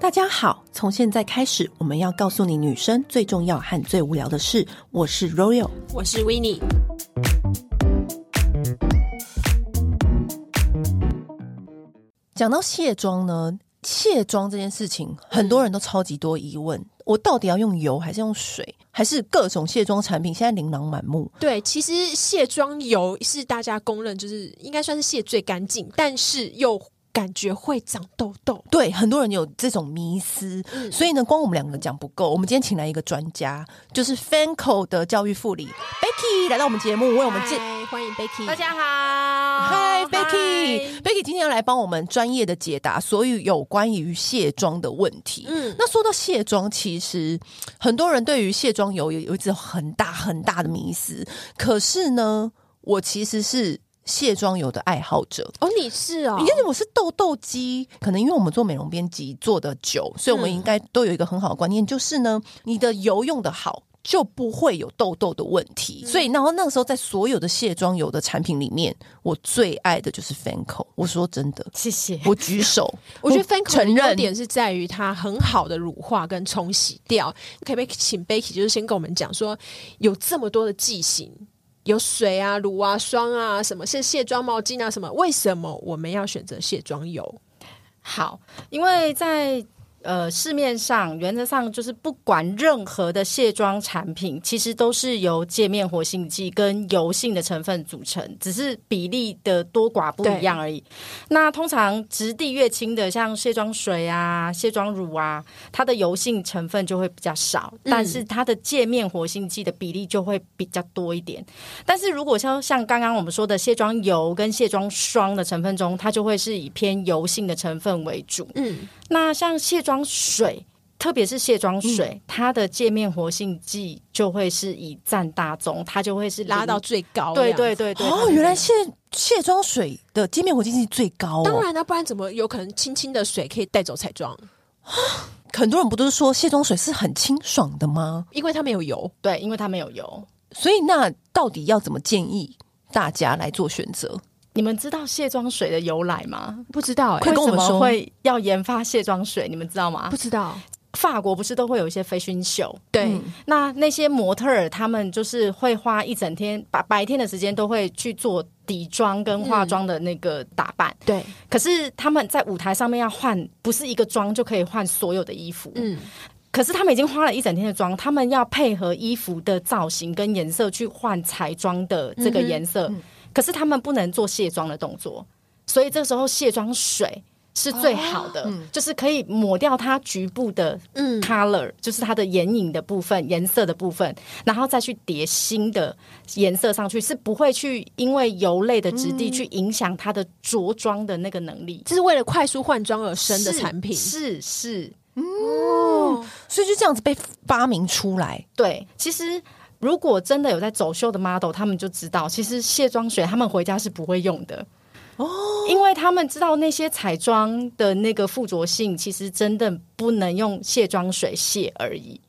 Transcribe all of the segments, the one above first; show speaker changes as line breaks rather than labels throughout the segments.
大家好，从现在开始，我们要告诉你女生最重要和最无聊的事。我是 Royal，
我是 w i n n i e
讲到卸妆呢，卸妆这件事情，很多人都超级多疑问：我到底要用油，还是用水，还是各种卸妆产品？现在琳琅满目。
对，其实卸妆油是大家公认，就是应该算是卸最干净，但是又感觉会长痘痘。
对，很多人有这种迷思，所以呢，光我们两个讲不够。我们今天请来一个专家，就是 Fanco 的教育副理 Becky 来到我们节目，为我
我
们介
欢迎 Becky，
大家
哦
好，
嗨，Becky，Becky 今天要来帮我们专业的解答所有有关于卸妆的问题。
嗯
那说到卸妆，其实很多人对于卸妆油有有一种很大很大的迷思。可是呢，我其实是卸妆油的爱好者。
哦，你是哦
因，为我是痘痘肌，可能因为我们做美容编辑做的久，所以我们
嗯
应该都有一个很好的观念，就是呢，你的油用的好。就不会有痘痘的问题，
嗯
所以然后那个时候在所有的卸妆油的产品里面，我最爱的就是 Fanco。我说真的，
谢谢。
我举手，
我觉得 Fan
承
的优
认
点是在于它很好的乳化跟冲洗掉。可不可以请 Becky 就是先跟我们讲说，有这么多的剂型，有水啊、乳啊、霜啊、什么是卸妆毛巾啊什么，为什么我们要选择卸妆油？
好，因为在呃市面上原则上就是不管任何的卸妆产品，其实都是由界面活性剂跟油性的成分组成，只是比例的多寡不一样而已。那通常质地越轻的，像卸妆水啊、卸妆乳啊，它的油性成分就会比较少，但是它的界面活性剂的比例就会比较多一点。但是如果像像刚刚我们说的卸妆油跟卸妆霜的成分中，它就会是以偏油性的成分为主。
嗯，
那像卸妆水，特别是卸妆水，
嗯
它的界面活性剂就会是以占大宗，它就会是零
拉到最高。
对对。对对。
哦，原来卸卸妆水的界面活性剂最高、哦，
当然啦、啊不然怎么有可能轻轻的水可以带走彩妆？
很多人不都是说卸妆水是很清爽的吗？
因为它没有油。
对，因为它没有油。
所以那到底要怎么建议大家来做选择？
你们知道卸妆水的由来吗？
不知道欸
快跟我们
为什
说
么会要研发卸妆水，你们知道吗
不？知道。
法国不是都会有一些 fashion show，
对，
嗯
那那些模特儿，他们就是会花一整天，把白天的时间都会去做底妆跟化妆的那个打扮。
对，
可是他们在舞台上面要换，不是一个妆就可以换所有的衣服。嗯，
嗯，
可是他们已经花了一整天的妆，他们要配合衣服的造型跟颜色去换彩妆的这个颜色。可是他们不能做卸妆的动作，所以这时候卸妆水是最好的，就是可以抹掉它局部的
嗯
color，、就是它的眼影的部分、颜色的部分，然后再去叠新的颜色上去，是不会去因为油类的质地去影响它的着装的那个能力。
这是为了快速换装而生的
是
产品。
是是，
哦，
所以就这样子被发明出来。
对，其实。如果真的有在走秀的 model，他们就知道，其实卸妆水他们回家是不会用的哦，因为他们知道那些彩妆的那个附着性，其实真的不能用卸妆水卸而已。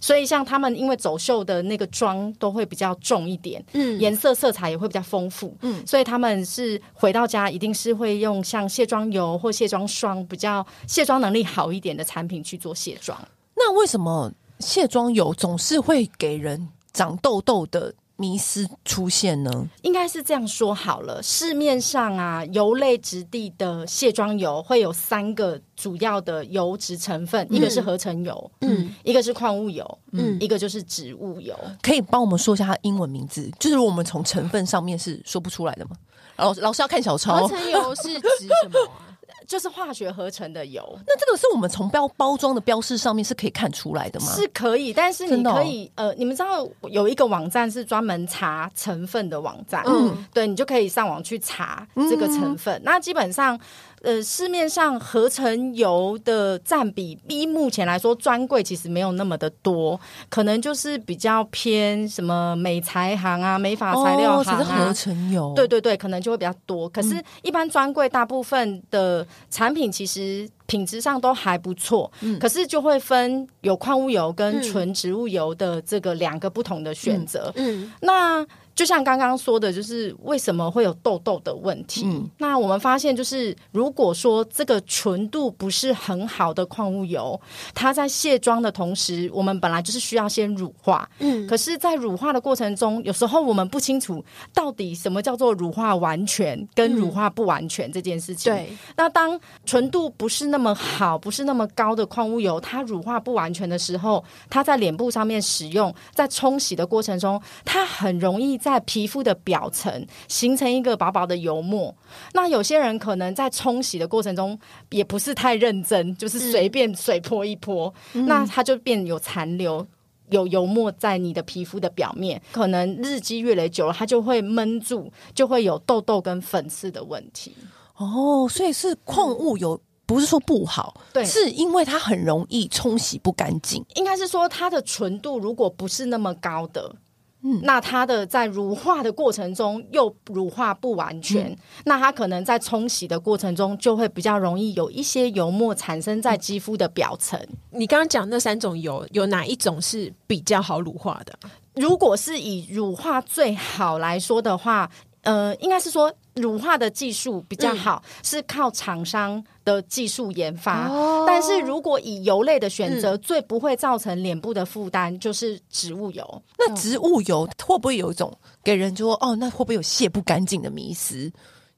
所以像他们因为走秀的那个妆都会比较重一点，
嗯
颜色色彩也会比较丰富，嗯，所以他们是回到家一定是会用像卸妆油或卸妆霜比较卸妆能力好一点的产品去做卸妆。
那为什么卸妆油总是会给人长痘痘的迷思出现呢？
应该是这样说好了，市面上啊，油类质地的卸妆油会有三个主要的油脂成分，一个是合成油，
嗯
一个是矿物油，
嗯
一个就是植物油。
可以帮我们说一下它英文名字？就是我们从成分上面是说不出来的吗？老老师要看小
合
抄，
成油是指什么啊？
就是化学合成的油
那这个是我们从标包装的标示上面是可以看出来的吗？
是可以，但是
真
你
的哦
可以、呃，你们知道有一个网站是专门查成分的网站，
嗯
对你就可以上网去查这个成分。那基本上，呃，市面上合成油的占比，依目前来说，专柜其实没有那么的多，可能就是比较偏什么美材行啊、美发材料
哦才
行
是
啊。
合成油。
对对对，可能就会比较多。可是，一般专柜大部分的产品其实品质上都还不错，可是就会分有矿物油跟纯植物油的这个两个不同的选择。
嗯
那就像刚刚说的，就是为什么会有痘痘的问题。
嗯
那我们发现，就是如果说这个纯度不是很好的矿物油，它在卸妆的同时，我们本来就是需要先乳化。
嗯，
可是，在乳化的过程中，有时候我们不清楚到底什么叫做乳化完全跟乳化不完全这件事情。，
对，
那当纯度不是那么好、不是那么高的矿物油，它乳化不完全的时候，它在脸部上面使用，在冲洗的过程中，它很容易在皮肤的表层形成一个薄薄的油沫。那有些人可能在冲洗的过程中也不是太认真，就是随便水泼一泼，那它就变有残留。有油沫在你的皮肤的表面，可能日积月累久了，它就会闷住，就会有痘痘跟粉刺的问题。
哦，所以是矿物油，不是说不好，
对
是因为它很容易冲洗不干净。
应该是说它的纯度如果不是那么高的，嗯，那它的在乳化的过程中又乳化不完全，那它可能在冲洗的过程中就会比较容易有一些油沫产生在肌肤的表层。
你刚刚讲那三种油，有哪一种是比较好乳化的？
如果是以乳化最好来说的话，呃，应该是说乳化的技术比较好，是靠厂商的技术研发。但是如果以油类的选择，最不会造成脸部的负担就是植物油。
那植物油会不会有一种给人就说哦，那会不会有卸不干净的迷思？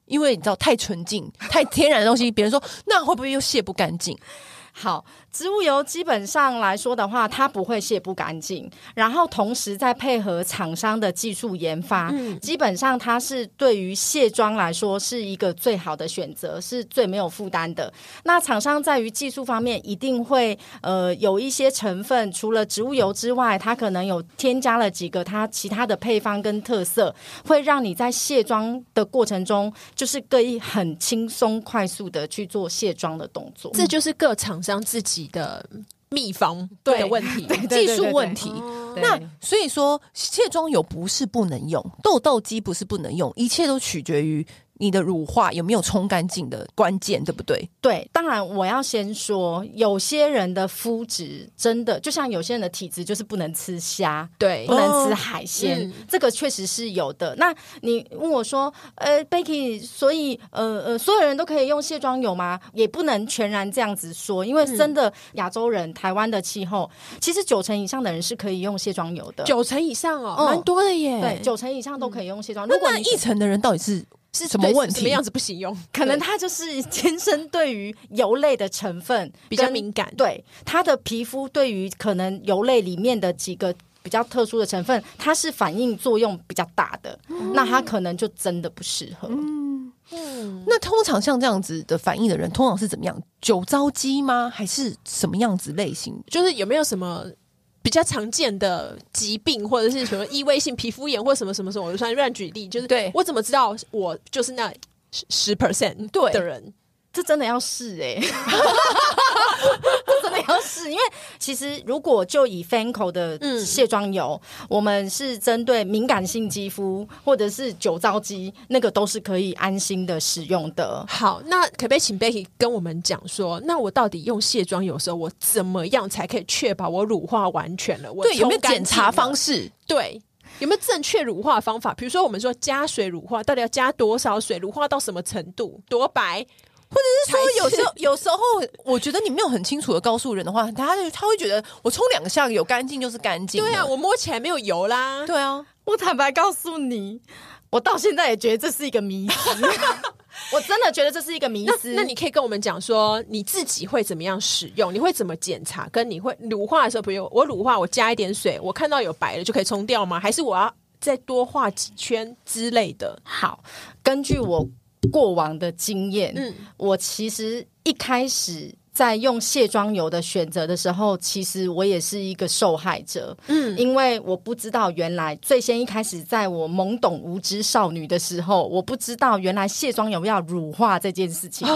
因为你知道太纯净、 太天然的东西，别人说那会不会又卸不干净？
好，植物油基本上来说的话，它不会卸不干净，然后同时再配合厂商的技术研发，基本上它是对于卸妆来说是一个最好的选择，是最没有负担的。那厂商在于技术方面一定会呃有一些成分，除了植物油之外，它可能有添加了几个它其他的配方跟特色，会让你在卸妆的过程中，就是可以很轻松快速的去做卸妆的动作。
这就是各厂商自己的秘方
对
的问 题。
技
对
术
对
问
对
题。
嗯哦
对
那所以说，卸妆油不是不能用，痘痘肌不是不能用，一切都取决于你的乳化有没有冲干净的关键，对不对？
对，当然我要先说，有些人的肤质真的就像有些人的体质就是不能吃虾。
对
不能吃海鲜，
嗯
这个确实是有的。那你问我说，呃，Becky，所以呃呃，所有人都可以用卸妆油吗？也不能全然这样子说，因为
嗯
真的亚洲人、台湾的气候，其实九成以上的人是可以用卸妆油的。
九嗯成以上哦，
嗯
蛮多的耶。
对，九成以上都可以用卸妆。
那
如果
那
你
一层的人到底是
是
什么问
对什么
题
样子不行用？
可能他就是 天生对于油类的成分
比较
跟
敏感。
对，它的皮肤对于可能油类里面的几个比较特殊的成分，它是反应作用比较大的，那它可能就真的不适合。
嗯，
那通常像这样子的反应的人，通常是怎么样？酒糟肌吗？还是什么样子类型？
就是有没有什么？比较常见的疾病，或者是什么异位性皮肤炎，或什么什么什么，我就算乱举例，就是
对
我怎么知道我就是那十 percent
对
的人？
这真的要试哎、这真的要试，因为其实如果就以 Fanco 的
嗯
卸妆油，我们是针对敏感性肌肤或者是酒糟肌，那个都是可以安心的使用的。
好，那可不可以请 Becky 跟我们讲说，那我到底用卸妆油的时候，我怎么样才可以确保我乳化完全了？我
对，有没有
冲干
检
净
查
了
方？式？
对，有没有正确乳化方法？比如说，我们说加水乳化，到底要加多少水？乳化到什么程度？多白？
是说有时候，有时候我觉得你没有很清楚的告诉人的话，他就他会觉得我冲两下有干净就是干净了。
对啊，我摸起来没有油啦。
对啊，
我坦白告诉你，我到现在也觉得这是一个迷思， 我真的觉得这是一个迷
那
思。
那你可以跟我们讲说，你自己会怎么样使用？你会怎么检查？跟你会乳化的时候，比如我乳化，我加一点水，我看到有白了就可以冲掉吗？还是我要再多画几圈之类的？
好，根据我过往的经验，
嗯
我其实一开始。在用卸妆油的选择的时候，其实我也是一个受害者，
嗯，
因为我不知道原来最先一开始在我懵懂
哦
无知少女的时候，我不知道原来卸妆油要乳化这件事情。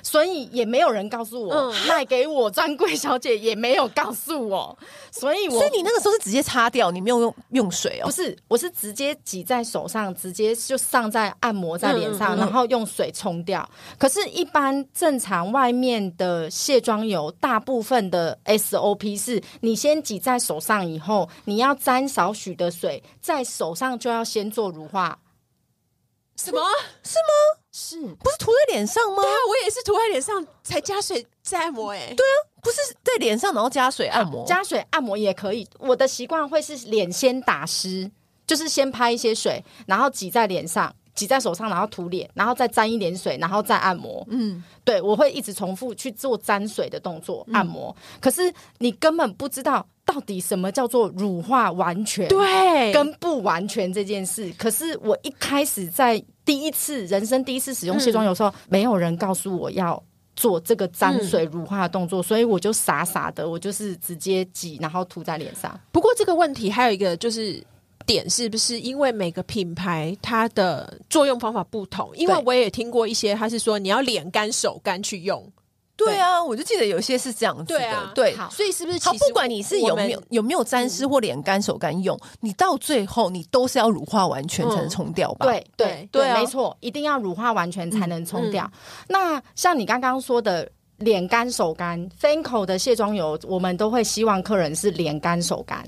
所以也没有人告诉我，
嗯
卖给我专柜小姐也没有告诉我，所以我
所以你那个时候是直接擦掉，你没有用用水哦
不。是，我是直接挤在手上，直接就上在按摩在脸上，然后用水冲掉。可是，一般正常外面的卸妆油，大部分的 SOP 是你先挤在手上以后，你要沾少许的水，在手上就要先做乳化。
什么？
是，
不是涂在脸上吗
对？啊，我也是涂在脸上才加水再按摩哎、对，
不是在脸上，然后加水按摩。
加水按摩也可以。我的习惯会是脸先打湿，就是先拍一些水，然后挤在脸上。挤在手上，然后涂脸，然后再沾一点水，然后再按摩。嗯，对，我会一直重复去做沾水的动作，按摩。可是你根本不知道到底什么叫做乳化完全，
对
跟不完全这件事。可是我一开始在第一次人生第一次使用卸妆油的时候，没有人告诉我要做这个沾水乳化的动作，所以我就傻傻的，我就是直接挤，然后涂在脸上。
不过这个问题还有一个就是。点是不是因为每个品牌它的作用方法不同？因为
对
我也听过一些，它是说你要脸干手干去用，
对啊，我就记得有些是这样子
对啊
的。对，
好
所以是不是其
好，
实
不管你是有没
我
有
们，嗯
有没有沾湿或脸干手干用，你到最后你都是要乳化完全才能冲掉吧？
对
嗯对
对
对
对，
啊嗯
没错，一定要乳化完全才能冲掉。那像你刚刚说的。脸干手干，Fanco 的卸妆油，我们都会希望客人是脸干手干，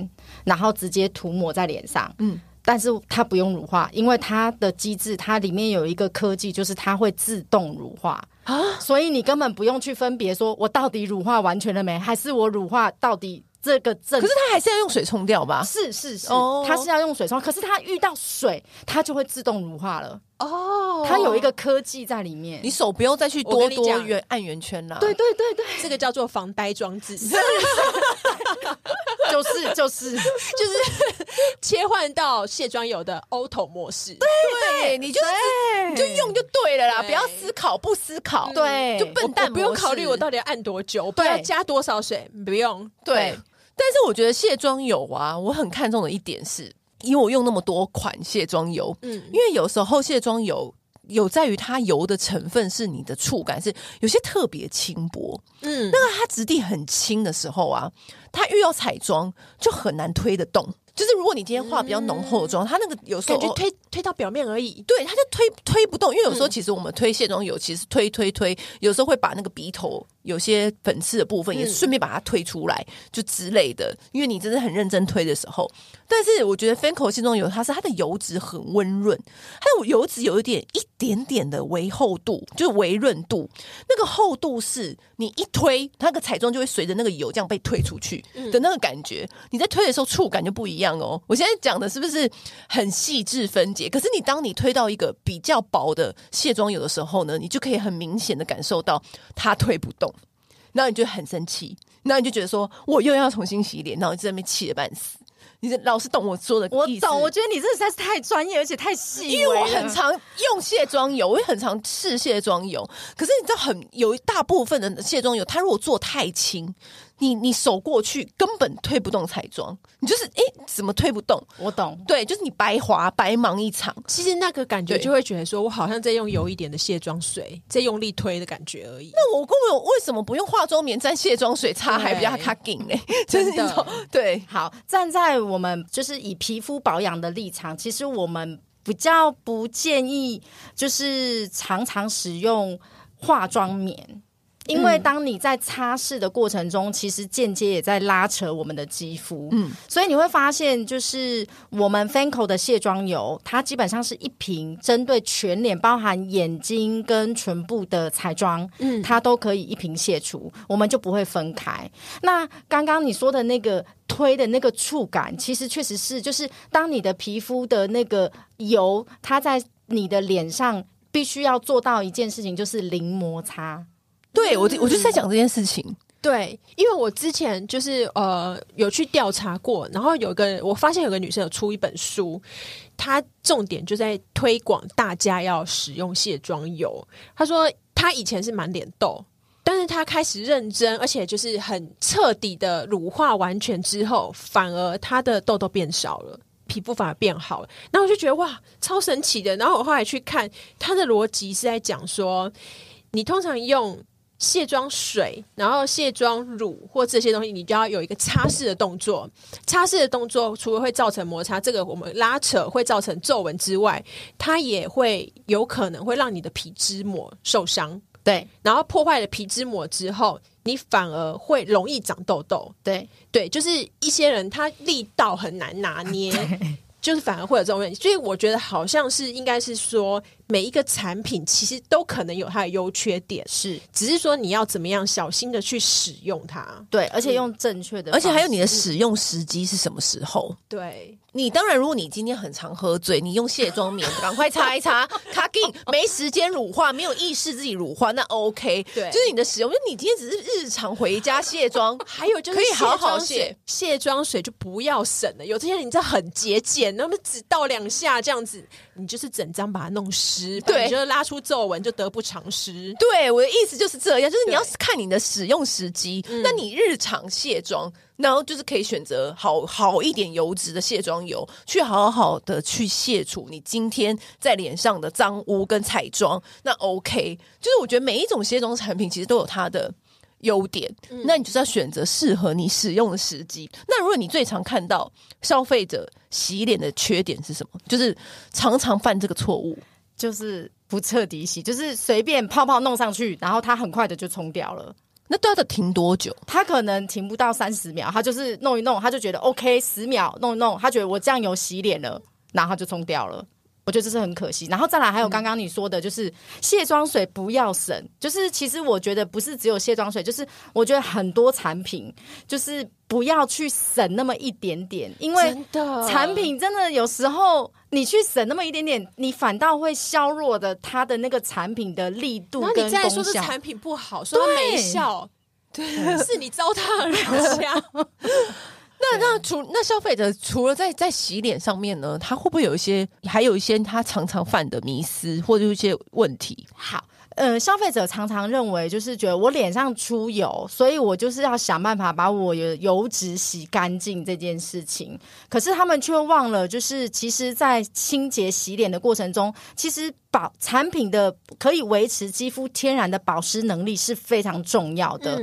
然后直接涂抹在脸上。
嗯
嗯，但是它不用乳化，因为它的机制，它里面有一个科技，就是它会自动乳化啊，所以你根本不用去分别说我到底乳化完全了没，还是我乳化到底这个症
可是它还是要用水冲掉吧？
是是是，
哦
它是要用水冲，可是它遇到水，它就会自动乳化了。
哦，
它有一个科技在里面。
你手不要再去
我
多
跟你
多
讲
圆按圆圈啦。
对，对对对，
这个叫做防呆装置，
就是就是，
切换到卸妆油的 auto 模式，
对你就是你就用就对了啦，
对嗯
不要思考，不思考。
对
就
我
笨蛋
我不用
模式
考虑我到底要按多久，我不
对
要加多少水，不用。
对，但是我觉得卸妆油啊，我很看重的一点是，因为我用那么多款卸妆油，
嗯，
因为有时候卸妆油有在于它油的成分是你的触感是有些特别轻薄，
嗯，
那它质地很轻的时候啊，它遇到彩妆就很难推得动。就是如果你今天化比较浓厚的妆，它那个有时候
嗯
哦
感觉推推到表面而已。
对，它就推推不动，因为有时候其实我们推卸妆油，其实推推推，有时候会把那个鼻头有些粉刺的部分也顺便把它推出来，就之类的。因为你真的很认真推的时候，但是我觉得 Fanco 卸妆油，它是它的油脂很温润，它的油脂有一点一点点的微厚度，就是微润度，那个厚度是你一推，它那个彩妆就会随着那个油这样被推出去的那个感觉。你在推的时候触感就不一样哦。我现在讲的是不是很细致分解？可是你当你推到一个比较薄的卸妆油的时候呢，你就可以很明显的感受到它推不动，然后你就很生气，然后你就觉得说我又要重新洗脸，然后你就在那边气得半死。你老是懂我说的
我
意思，
懂。我觉得你这实在是太专业，而且太细微了。
因为我很常用卸妆油，我也很常试卸妆油。可是你知道很，有一大部分的卸妆油，它如果做太轻，你你手过去根本推不动彩妆，你就是诶怎么推不动？
我懂，
对，就是你白滑白忙一场。
其实那个感觉
对
就会觉得说，我好像在用油一点的卸妆水，在用力推的感觉而已。
那我根本为什么不用化妆棉沾卸妆水擦，还比较
对
卡紧嘞？ 就是那种对。
好，站在我们就是以皮肤保养的立场，其实我们比较不建议就是常常使用化妆棉。因为当你在擦拭的过程中，其实间接也在拉扯我们的肌肤，嗯，所以你会发现，就是我们 Fanco 的卸妆油，它基本上是一瓶针对全脸，包含眼睛跟唇部的彩妆，嗯，它都可以一瓶卸除，我们就不会分开。那刚刚你说的那个推的那个触感，其实确实是，就是当你的皮肤的那个油，它在你的脸上必须要做到一件事情，就是零摩擦。
对，我就我就是在讲这件事情，
对，因为我之前就是呃有去调查过，然后有个我发现有个女生有出一本书，她重点就在推广大家要使用卸妆油。她说她以前是满脸痘，但是她开始认真，而且就是很彻底的乳化完全之后，反而她的痘痘变少了。皮肤反而变好了，然后我就觉得哇，超神奇的。然后我后来去看，她的逻辑是在讲说，你通常用卸妆水，然后卸妆乳或这些东西，你就要有一个擦拭的动作。擦拭的动作除了会造成摩擦，这个我们拉扯会造成皱纹之外，它也会有可能会让你的皮脂膜受伤，
对
然后破坏了皮脂膜之后，你反而会容易长痘痘。
对，
对，就是一些人他力道很难拿 捏，就是反而会有这种问题。所以我觉得好像是应该是说，每一个产品其实都可能有它的优缺点，
是
只是说你要怎么样小心的去使用它。
对，嗯而且用正确的方
而
式，
且还有你的使用时机是什么时候？
对，
你当然，如果你今天很常喝醉，你用卸妆 棉赶快擦一擦，卡定没时间乳化，没有意识自己乳化，那 OK。
对
就是你的使用，就是你今天只是日常回家卸妆，
还有哎就是
可以好
卸妆
好
水
卸，
卸妆水就不要省了。有这些人你知道很节俭，那么只倒两下这样子，你就是整张把它弄湿，
对
你就拉出皱纹就得不偿失。
对，我的意思就是这样，就是你要
对
看你的使用时机。那你日常卸妆，然后就是可以选择好好一点油脂的卸妆油，去好好的去卸除你今天在脸上的脏污跟彩妆。那 OK，就是我觉得每一种卸妆产品其实都有它的。优点，那你就是要选择适合你使用的时机。那如果你最常看到消费者洗脸的缺点是什么？就是常常犯这个错误。
就是不彻底洗，就是随便泡泡弄上去，然后它很快的就冲掉了。
那到底停多久？
他可能停不到三十秒，他就是弄一弄，他就觉得 OK，十秒弄一弄，他觉得我这样有洗脸了，然后他就冲掉了。我觉得这是很可惜。然后再来，还有刚刚你说的，就是卸妆水不要省。就是其实我觉得不是只有卸妆水，就是我觉得很多产品就是不要去省那么一点点，因为
真的
产品真的有时候你去省那么一点点，你反倒会削弱的它的那个产品的力度
然后
跟
你
功效。
再说这产品不好，说它没
对
效，对， 是你糟蹋了人 家。
那那除那消费者除了在在洗脸上面呢，他会不会有一些还有一些他常常犯的迷思或者有一些问题？
好，呃，消费者常常认为就是觉得我脸上出油，所以我就是要想办法把我的油脂洗干净这件事情。可是他们却忘了，就是其实，在清洁洗脸的过程中，其实保产品的可以维持肌肤天然的保湿能力是非常重要的。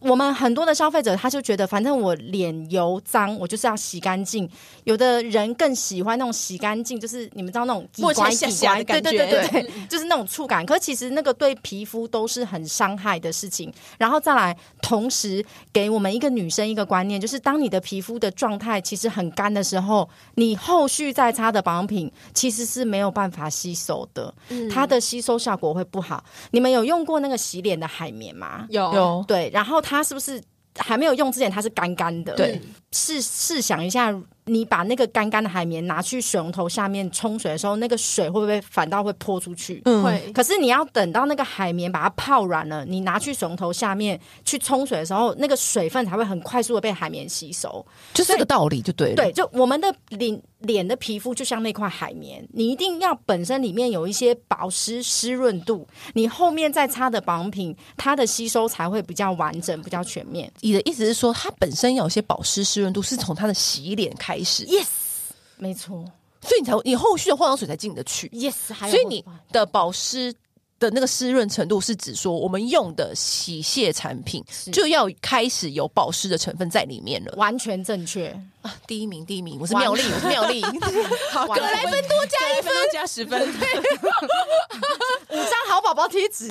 我们很多的消费者，他就觉得反正我脸油脏，我就是要洗干净。有的人更喜欢那种洗干净，就是你们知道那种
摸起来
挤
吓吓的
乖挤乖
感觉
啊对对 对对，嗯就是那种触感。可其实那个对皮肤都是很伤害的事情。然后再来，同时给我们一个女生一个观念，就是当你的皮肤的状态其实很干的时候，你后续再擦的保养品其实是没有办法吸收的，它的吸收效果会不好。你们有用过那个洗脸的海绵吗？
有
有
对，然后它是不是还没有用之前它是干干的？
对，
试试想一下，你把那个干干的海绵拿去水龙头下面冲水的时候，那个水会不会反倒会泼出去？
嗯
会
可是你要等到那个海绵把它泡软了，你拿去水龙头下面去冲水的时候，那个水分才会很快速的被海绵吸收。
就是这个道理就对了。
对，就我们的脸脸的皮肤就像那块海绵，你一定要本身里面有一些保湿湿润度，你后面再擦的保养品，它的吸收才会比较完整、比较全面。
你的意思是说，它本身要有一些保湿湿润度，是从它的洗脸开始，
Yes，没错
所以你才你后续的化妆水才进得去。
，Yes，还有
所以你的保湿的那个湿润程度，是指说我们用的洗卸产品就要开始有保湿的成分在里面了。
完全正确。
哇，第一名，第一名，我是
完
妙 丽，我是妙丽。
好，
完
格莱芬多加一分，多加十分。
五张好宝宝贴 纸，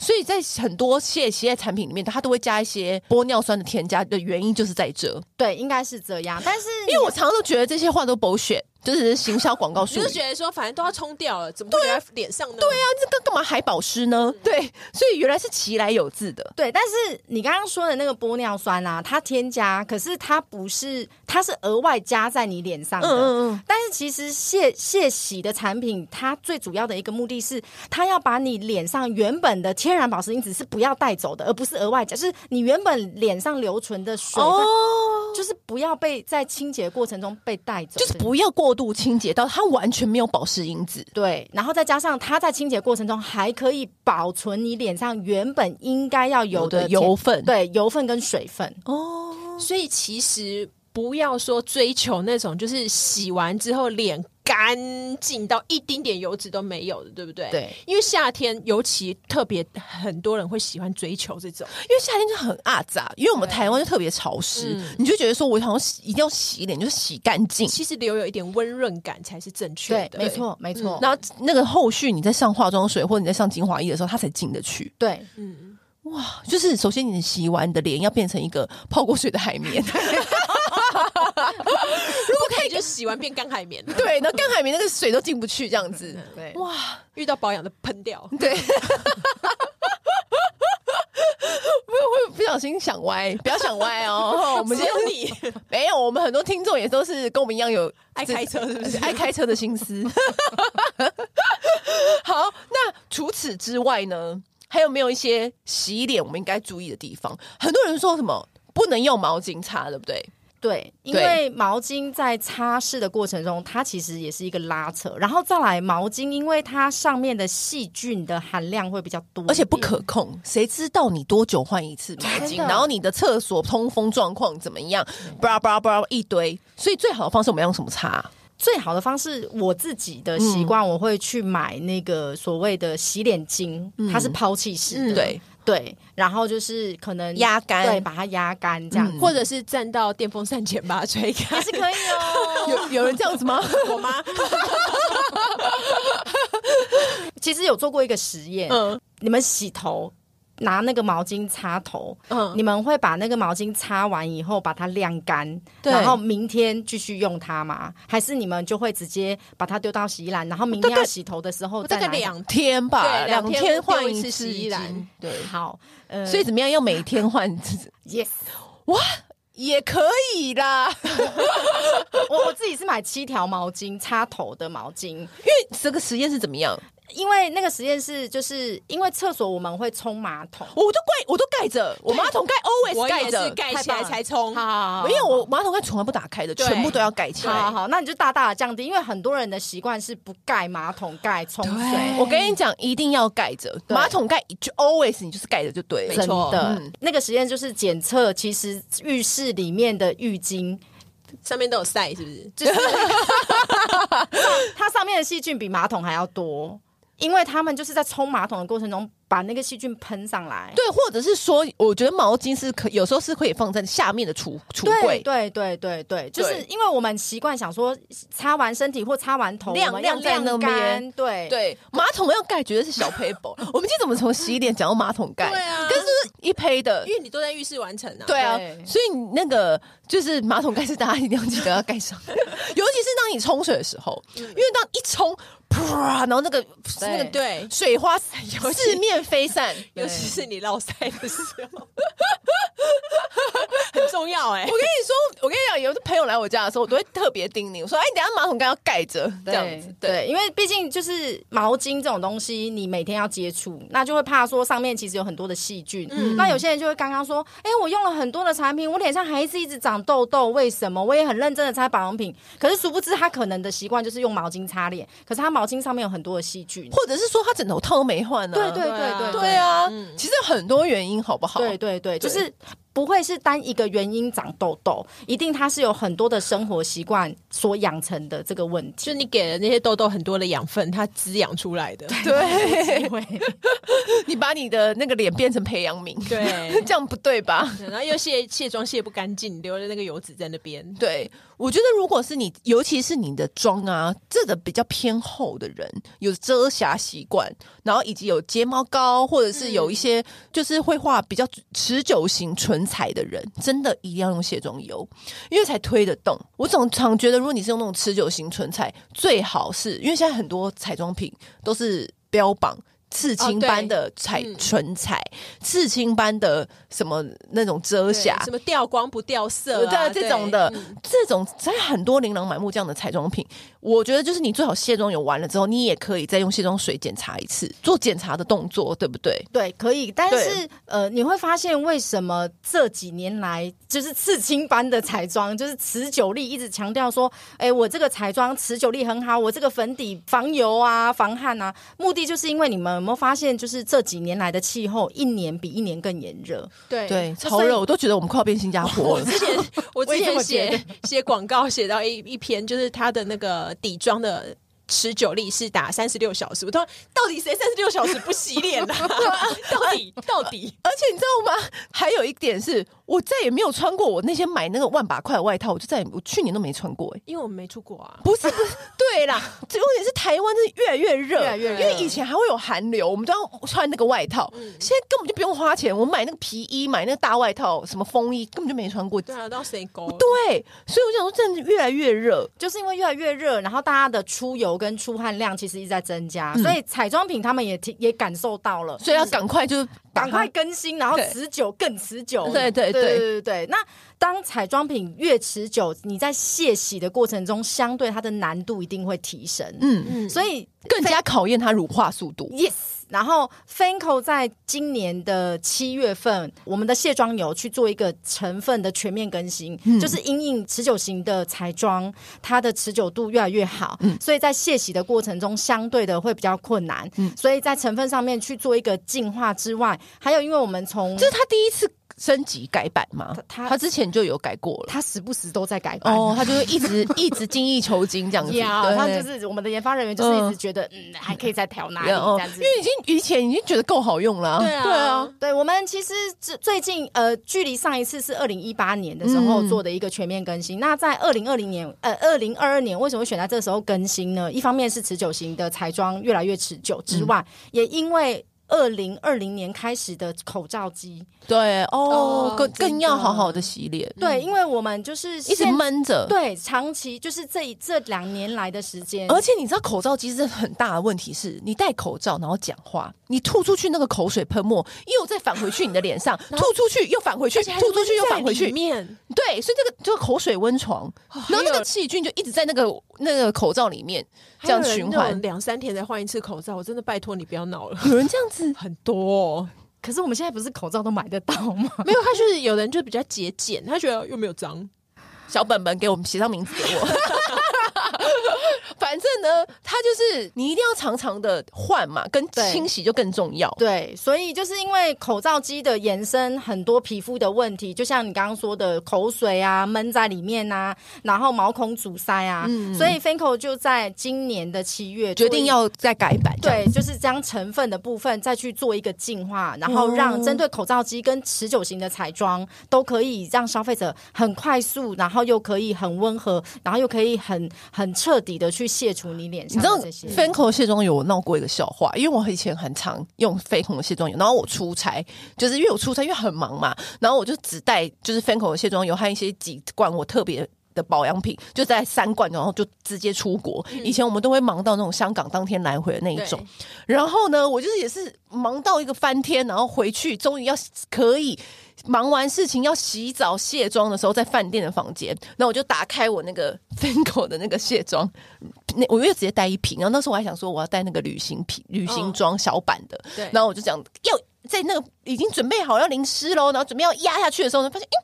所以在很多卸洗类产品里面，它都会加一些玻尿酸的添加的原因就是在这，
嗯
对，应该是这样。但是
因为我常常都觉得这些话都 bullshit，就是行销广告术
你
语。对
就觉得说，反正都要冲掉了，怎么会留在脸上呢？对
啊，这干干嘛还保湿
嗯
呢？对，所以原来是其来有自的。
对，但是你刚刚说的那个玻尿酸啊，它添加，可是它不是，它是额外加在你脸上的。
嗯嗯嗯，
但是其实卸卸洗的产品，它最主要的一个目的是，它要把你脸上原本的天然保湿因子是不要带走的，而不是额外加，就是你原本脸上留存的水分，
哦，
就是不要被在清洁过程中被带走，
就是不要过度清洁到它完全没有保湿因子。
对，然后再加上它在清洁过程中还可以保存你脸上原本应该要有
有
的
的油分
对油分跟水分。
哦，
所以其实不要说追求那种就是洗完之后脸干净到一丁点油脂都没有的，对不对？。
对，
因为夏天尤其特别很多人会喜欢追求这种，
因为夏天就很阿杂，因为我们台湾就特别潮湿，
嗯
你就觉得说我好像洗一定要洗脸，就是洗干净。
其实留有一点温润感才是正确
对
的。，
没错，没错。
然后嗯那个后续你在上化妆水或者你在上精华液的时候，它才进得去。
对，
嗯，
就是首先你洗完你的脸要变成一个泡过水的海 绵，
如果可以就洗完变干海绵了，
对，然后干海绵那个水都进不去，这样子。
嗯
对，
哇，
遇到保养的喷掉。
对。不会不小心想歪，不要想歪 哦。我们今天
你
没有，我们很多听众也都是跟我们一样有
爱开车是不是？
爱开车的心思。 好，那除此之外呢，还有没有一些洗脸我们应该注意的地方？很多人说什么不能用毛巾擦，对不对？
对，因
对
为毛巾在擦拭的过程中，它其实也是一个拉扯，然后再来毛巾，因为它上面的细菌的含量会比较
嗯
多，
而且不。可控，谁知道你多久换一次毛巾？
真的
然后你的厕所通风状况怎么样？
嗯
布拉布拉布拉一堆，所以最好的方式我们要用什么擦？
最好的方式，我自己的
嗯
习惯，我会去买那个所谓的洗脸巾，它是抛弃
嗯
式的，
嗯对，
对，然后就是可能
压干
对，把它压干这样，
嗯
或
或者是站到电风扇前把它吹 开
也。是可以 哦。
有有人这样子 吗？
我妈，
其实有做过一个实验，
嗯
你们洗头拿那个毛巾擦头，
嗯，
你们会把那个毛巾擦完以后把它晾干，
对
然后明天继续用它吗？还是你们就会直接把它丢到洗衣篮，然后明天
大概
要洗头的时候
我大
再
概
拿它？
两
天吧，
对
两
两天
天换
丢一
一
次
次
洗衣篮，
对。
好，呃，
所以怎么样？要每天换
yes，
也可以啦，
我我自己是买七条毛巾擦头的毛巾，
因为这个实验是怎么样？
因为那个实验室就是因为厕所我们会冲马桶，
我都盖，我都盖着，我马桶盖 always
我
盖
也是
着，
盖起来才冲。
好
没有我马桶盖从来不打开的，
对
全部都要盖起
好好
来。
好，那你就大大的降低，因为很多人的习惯是不盖马桶盖冲水
对。
我跟你讲，一定要盖着
对
马桶盖，就 always 你就是盖着就对了
没。
真
错
的，
嗯
那个实验就是检测，其实浴室里面的浴巾，
上面都有晒，是不是？
就是它上面的细菌比马桶还要多，因为他们就是在冲马桶的过程中把那个细菌喷上来。
对，或者是说，我觉得毛巾是可有时候是可以放在下面的橱橱柜，
对对对对，就是因为我们习惯想说擦完身体或擦完头，
晾
我们要
晾在那
晾干，对
对，马桶要盖绝对是小 paper。我们今天怎么从洗脸讲到马桶盖？
对啊
可是就是一胚的
因。为你都在浴室完成啊。
对啊，
对
所以你那个就是马桶盖是大家一定要记得要盖上， 尤其是当你冲水的时候，
嗯
因为当一冲，啪，然后那个那个
对，
水花四面飞散。
尤其是你落晒的时候， 很重要哎、
我跟你说，我跟你讲，有的朋友来我家的时候，我都会特别叮咛，我说：“哎，你等一下马桶盖要盖着，这
对
样子。”对，
对，因为毕竟就是毛巾这种东西，你每天要接触，那就会怕说上面其实有很多的细菌。那有些人就会刚刚说，哎、我用了很多的产品，我脸上还是一直长痘痘，为什么？我也很认真的擦保养品，可是殊不知他可能的习惯就是用毛巾擦脸，可是他毛巾上面有很多的细菌。
或者是说他枕头套都没换呢、
对对
对啊
对
对啊，其实有很多原因，好不好？
对对对，就是不会是单一个原因长痘痘，一定它是有很多的生活习惯所养成的这个问
就
题。
你给了那些痘痘很多的养分，它滋养出来的。
对，
因为
你把你的那个脸变成培养皿，
对
这样不对吧？
然后又卸卸妆卸不干净，留了那个油脂在那边。
对，我觉得如果是你，尤其是你的妆啊，这个比较偏厚的人，有遮瑕习惯，然后以及有睫毛膏，或者是有
嗯
一些就是会画比较持久型唇彩的人，真的一定要用卸妆油，因为才推得动。我总常觉得，如果你是用那种持久型唇彩，最好是因为现在很多彩妆品都是标榜。刺青
哦对
般的彩
嗯
唇彩，刺青般的什么那种遮
对
瑕，
什么掉光不掉色啊，
对这种的，这种在很多琳琅满目这样的彩妆品，我觉得就是你最好卸妆油完了之后，你也可以再用卸妆水检查一次，做检查的动作，对不对？
对，可以，但
对
是呃，你会发现为什么这几年来就是刺青般的彩妆，就是持久力一直强调说，哎，我这个彩妆持久力很好，我这个粉底防油啊、防汗啊，目的就是因为你们有没有发现，就是这几年来的气候，一年比一年更炎热？
对
对，
所以
超热，我都觉得我们快要变新加坡了。
之前我之
也这
前
么觉
写 写广告写到一一篇，就是它的那个底妆的。持久力是打三十六小时，我说到底谁三十六小时不洗脸 啦、到底啊 呃到底
而且你知道吗？还有一点是我再也没有穿过我那些买那个万把块的外套，我就再也我去年都没穿过、欸。
因为我们没出国啊，
不是不是，对啦，重点是台湾真的越来越热，
越来越热嗯
因为以前还会有寒流，我们都要穿那个外套，现在根本就不用花钱，我买那个皮衣，买那个大外套，什么风衣，根本就没穿过。
对啊，到谁勾？
对，所以我想说，真的越来越热，
就是因为越来越热，然后大家的出油跟出汗量其实一直在增加，所以彩妆品他们也提也感受到了，
所以要赶快就是把
赶
它
快更新，然后
对
持久更持久。
对对
对
对
对对。那当彩妆品越持久，你在卸洗的过程中，相对它的难度一定会提升。
嗯，
嗯，
所以
更加考验它乳化速度。
Yes，然后 Fanco 在今年的七月份，我们的卸妆油去做一个成分的全面更新，
嗯
就是因应持久型的彩妆，它的持久度越来越好，
嗯
所以在卸洗的过程中，相对的会比较困难，
嗯
所以在成分上面去做一个进化之外，还有因为我们从
这是他第一次升级改版吗？
他
他之前就有改过了。
它时不时都在改版。
哦，他就会一 直一直精益求精啊这样子，
呀
对
他就是我们的研发人员，就是一直
嗯哦
觉得嗯还可以再调哪里
然后
这样子，
因为已经以前已经觉得够好用了、啊
对啊
对啊，
对，我们其实最最近呃，距离上一次是二零一八年的时候
嗯
做的一个全面更新。那在二零二零年呃二零二二年，为什么会选在这时候更新呢？一方面是持久型的彩妆越来越持久之外，
嗯
也因为。二零二零年开始的口罩机，
对哦
哦，
更
真的
更要好好的洗脸，
对，因为我们就是
嗯一直
现，
闷着。
对，长期就是这一这两年来的时间，
而且你知道口罩其实很大的问题是，你戴口罩然后讲话，你吐出去那个口水喷沫又再返回去你的脸 上，吐出去又返回去，
而且还是
吐出去又返回
在里
去，
面哦
对，所以这个就是口水温床，然后那个细菌就一直在那个那个口罩里面这样循
还有人那
环
种。两三天才换一次口罩，我真的拜托你不要闹 了，
有人这样子，
很多、哦。
可是我们现在不是口罩都买得到吗？
没有，他就是有人就比较节俭，他觉得又没有脏，
小本本给我们写上名字给我。 反正呢，它就是你一定要常常的换嘛，跟
对
清洗就更重要。
对，所以就是因为口罩机的延伸，很多皮肤的问题，就像你刚刚说的口水啊、闷在里面啊，然后毛孔阻塞啊，所以 Fanco 就在今年的七月
嗯决定
做
要再改版，
一。对，就是将成分的部分再去做一个进化，然后让针对口罩机跟持久型的彩妆都可以让消费者很快速，然后又可以很温和，然后又可以很很彻底的去卸除你脸
你
上
知道
的这些。
Fanco 卸妆油我闹过一个笑话，因为我以前很常用 Fanco 的卸妆油，然后我出差，就是因为我出差因为很忙嘛，然后我就只带就是 Fanco 的卸妆油和一些几罐我特别。的保养品就带三罐，然后就直接出国。
嗯
以前我们都会忙到那种香港当天来回的那一种，然后呢，我就是也是忙到一个翻天，然后回去终于要可以忙完事情要洗澡卸妆的时候，在饭店的房间，那我就打开我那个 Fanco 的那个卸妆，那我又直接带一瓶。然后那时候我还想说我要带那个旅行品、旅行装小版的，
对
然后我就讲要在那个已经准备好要淋湿喽，然后准备要压下去的时候呢，发现哎、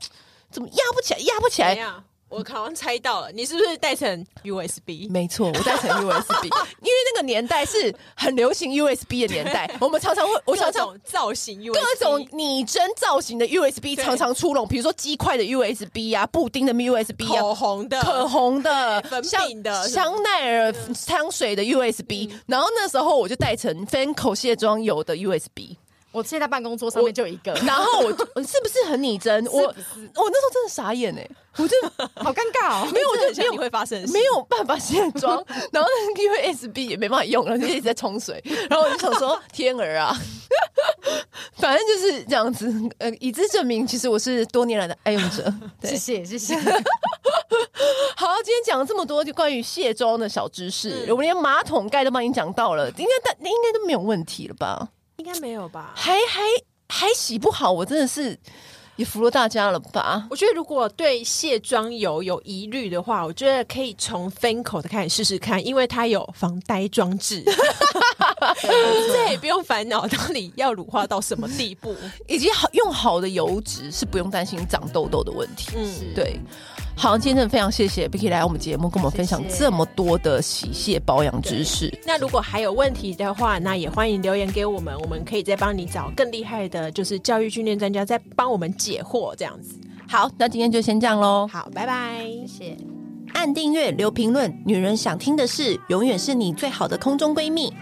怎么压不起来，压不起
哎
来，
呀，我好像猜到了，你是不是带成 USB？
没错，我在成 USB，因为那个年代是很流行 USB 的年代，我们常常会，我常
各
常
种造型 USB，
各种拟真造型的 USB
对
常常出笼，比如说鸡块的 USB 啊，布丁的 USB
口
啊。
红的，
可红的
对粉、饼的
香香奈儿香水的 USB，、然后那时候我就带成 Fanco 卸妆油的 USB，
我现在办公桌上面就有一 个，
然后我就是不是很拟真？我我那时候真的傻眼哎、我就
好尴尬哦。
没有，我
这很
就没
像
有
你会发生的事
没有办法卸 妆，然后那个 USB 也没办法用了，就一直在冲水。然后我就想说， 天儿啊，反正就是这样子。呃，以资证明，其实我是多年来的爱用 者。对
谢，谢，谢谢。
好，今天讲了这么多就关于卸妆的小知识，
嗯
我们连马桶盖都帮你讲到了，应该但应该都没有问题了吧？
应该没有吧？
还还还洗不好，我真的是也服了大家了吧？
我觉得如果对卸妆油有疑虑的话，我觉得可以从 Fanco 的开始试试看，因为它有防呆装 置，再也不用烦恼到底要乳化到什么地步。
以及好用好的油脂是不用担心长痘痘的问题。
嗯，
对，好，今天真的非常谢谢 Vicky 来我们节目，跟我们分享
谢谢
这么多的洗卸保养知识。
那如果还有问题的话，那也欢迎留言给我们，我们可以再帮你找更厉害的，就是教育训练专家，再帮我们解惑这样子。
好，那今天就先这样喽。
好，拜拜
谢。谢。
按订阅，留评论，女人想听的事，永远是你最好的空中闺蜜。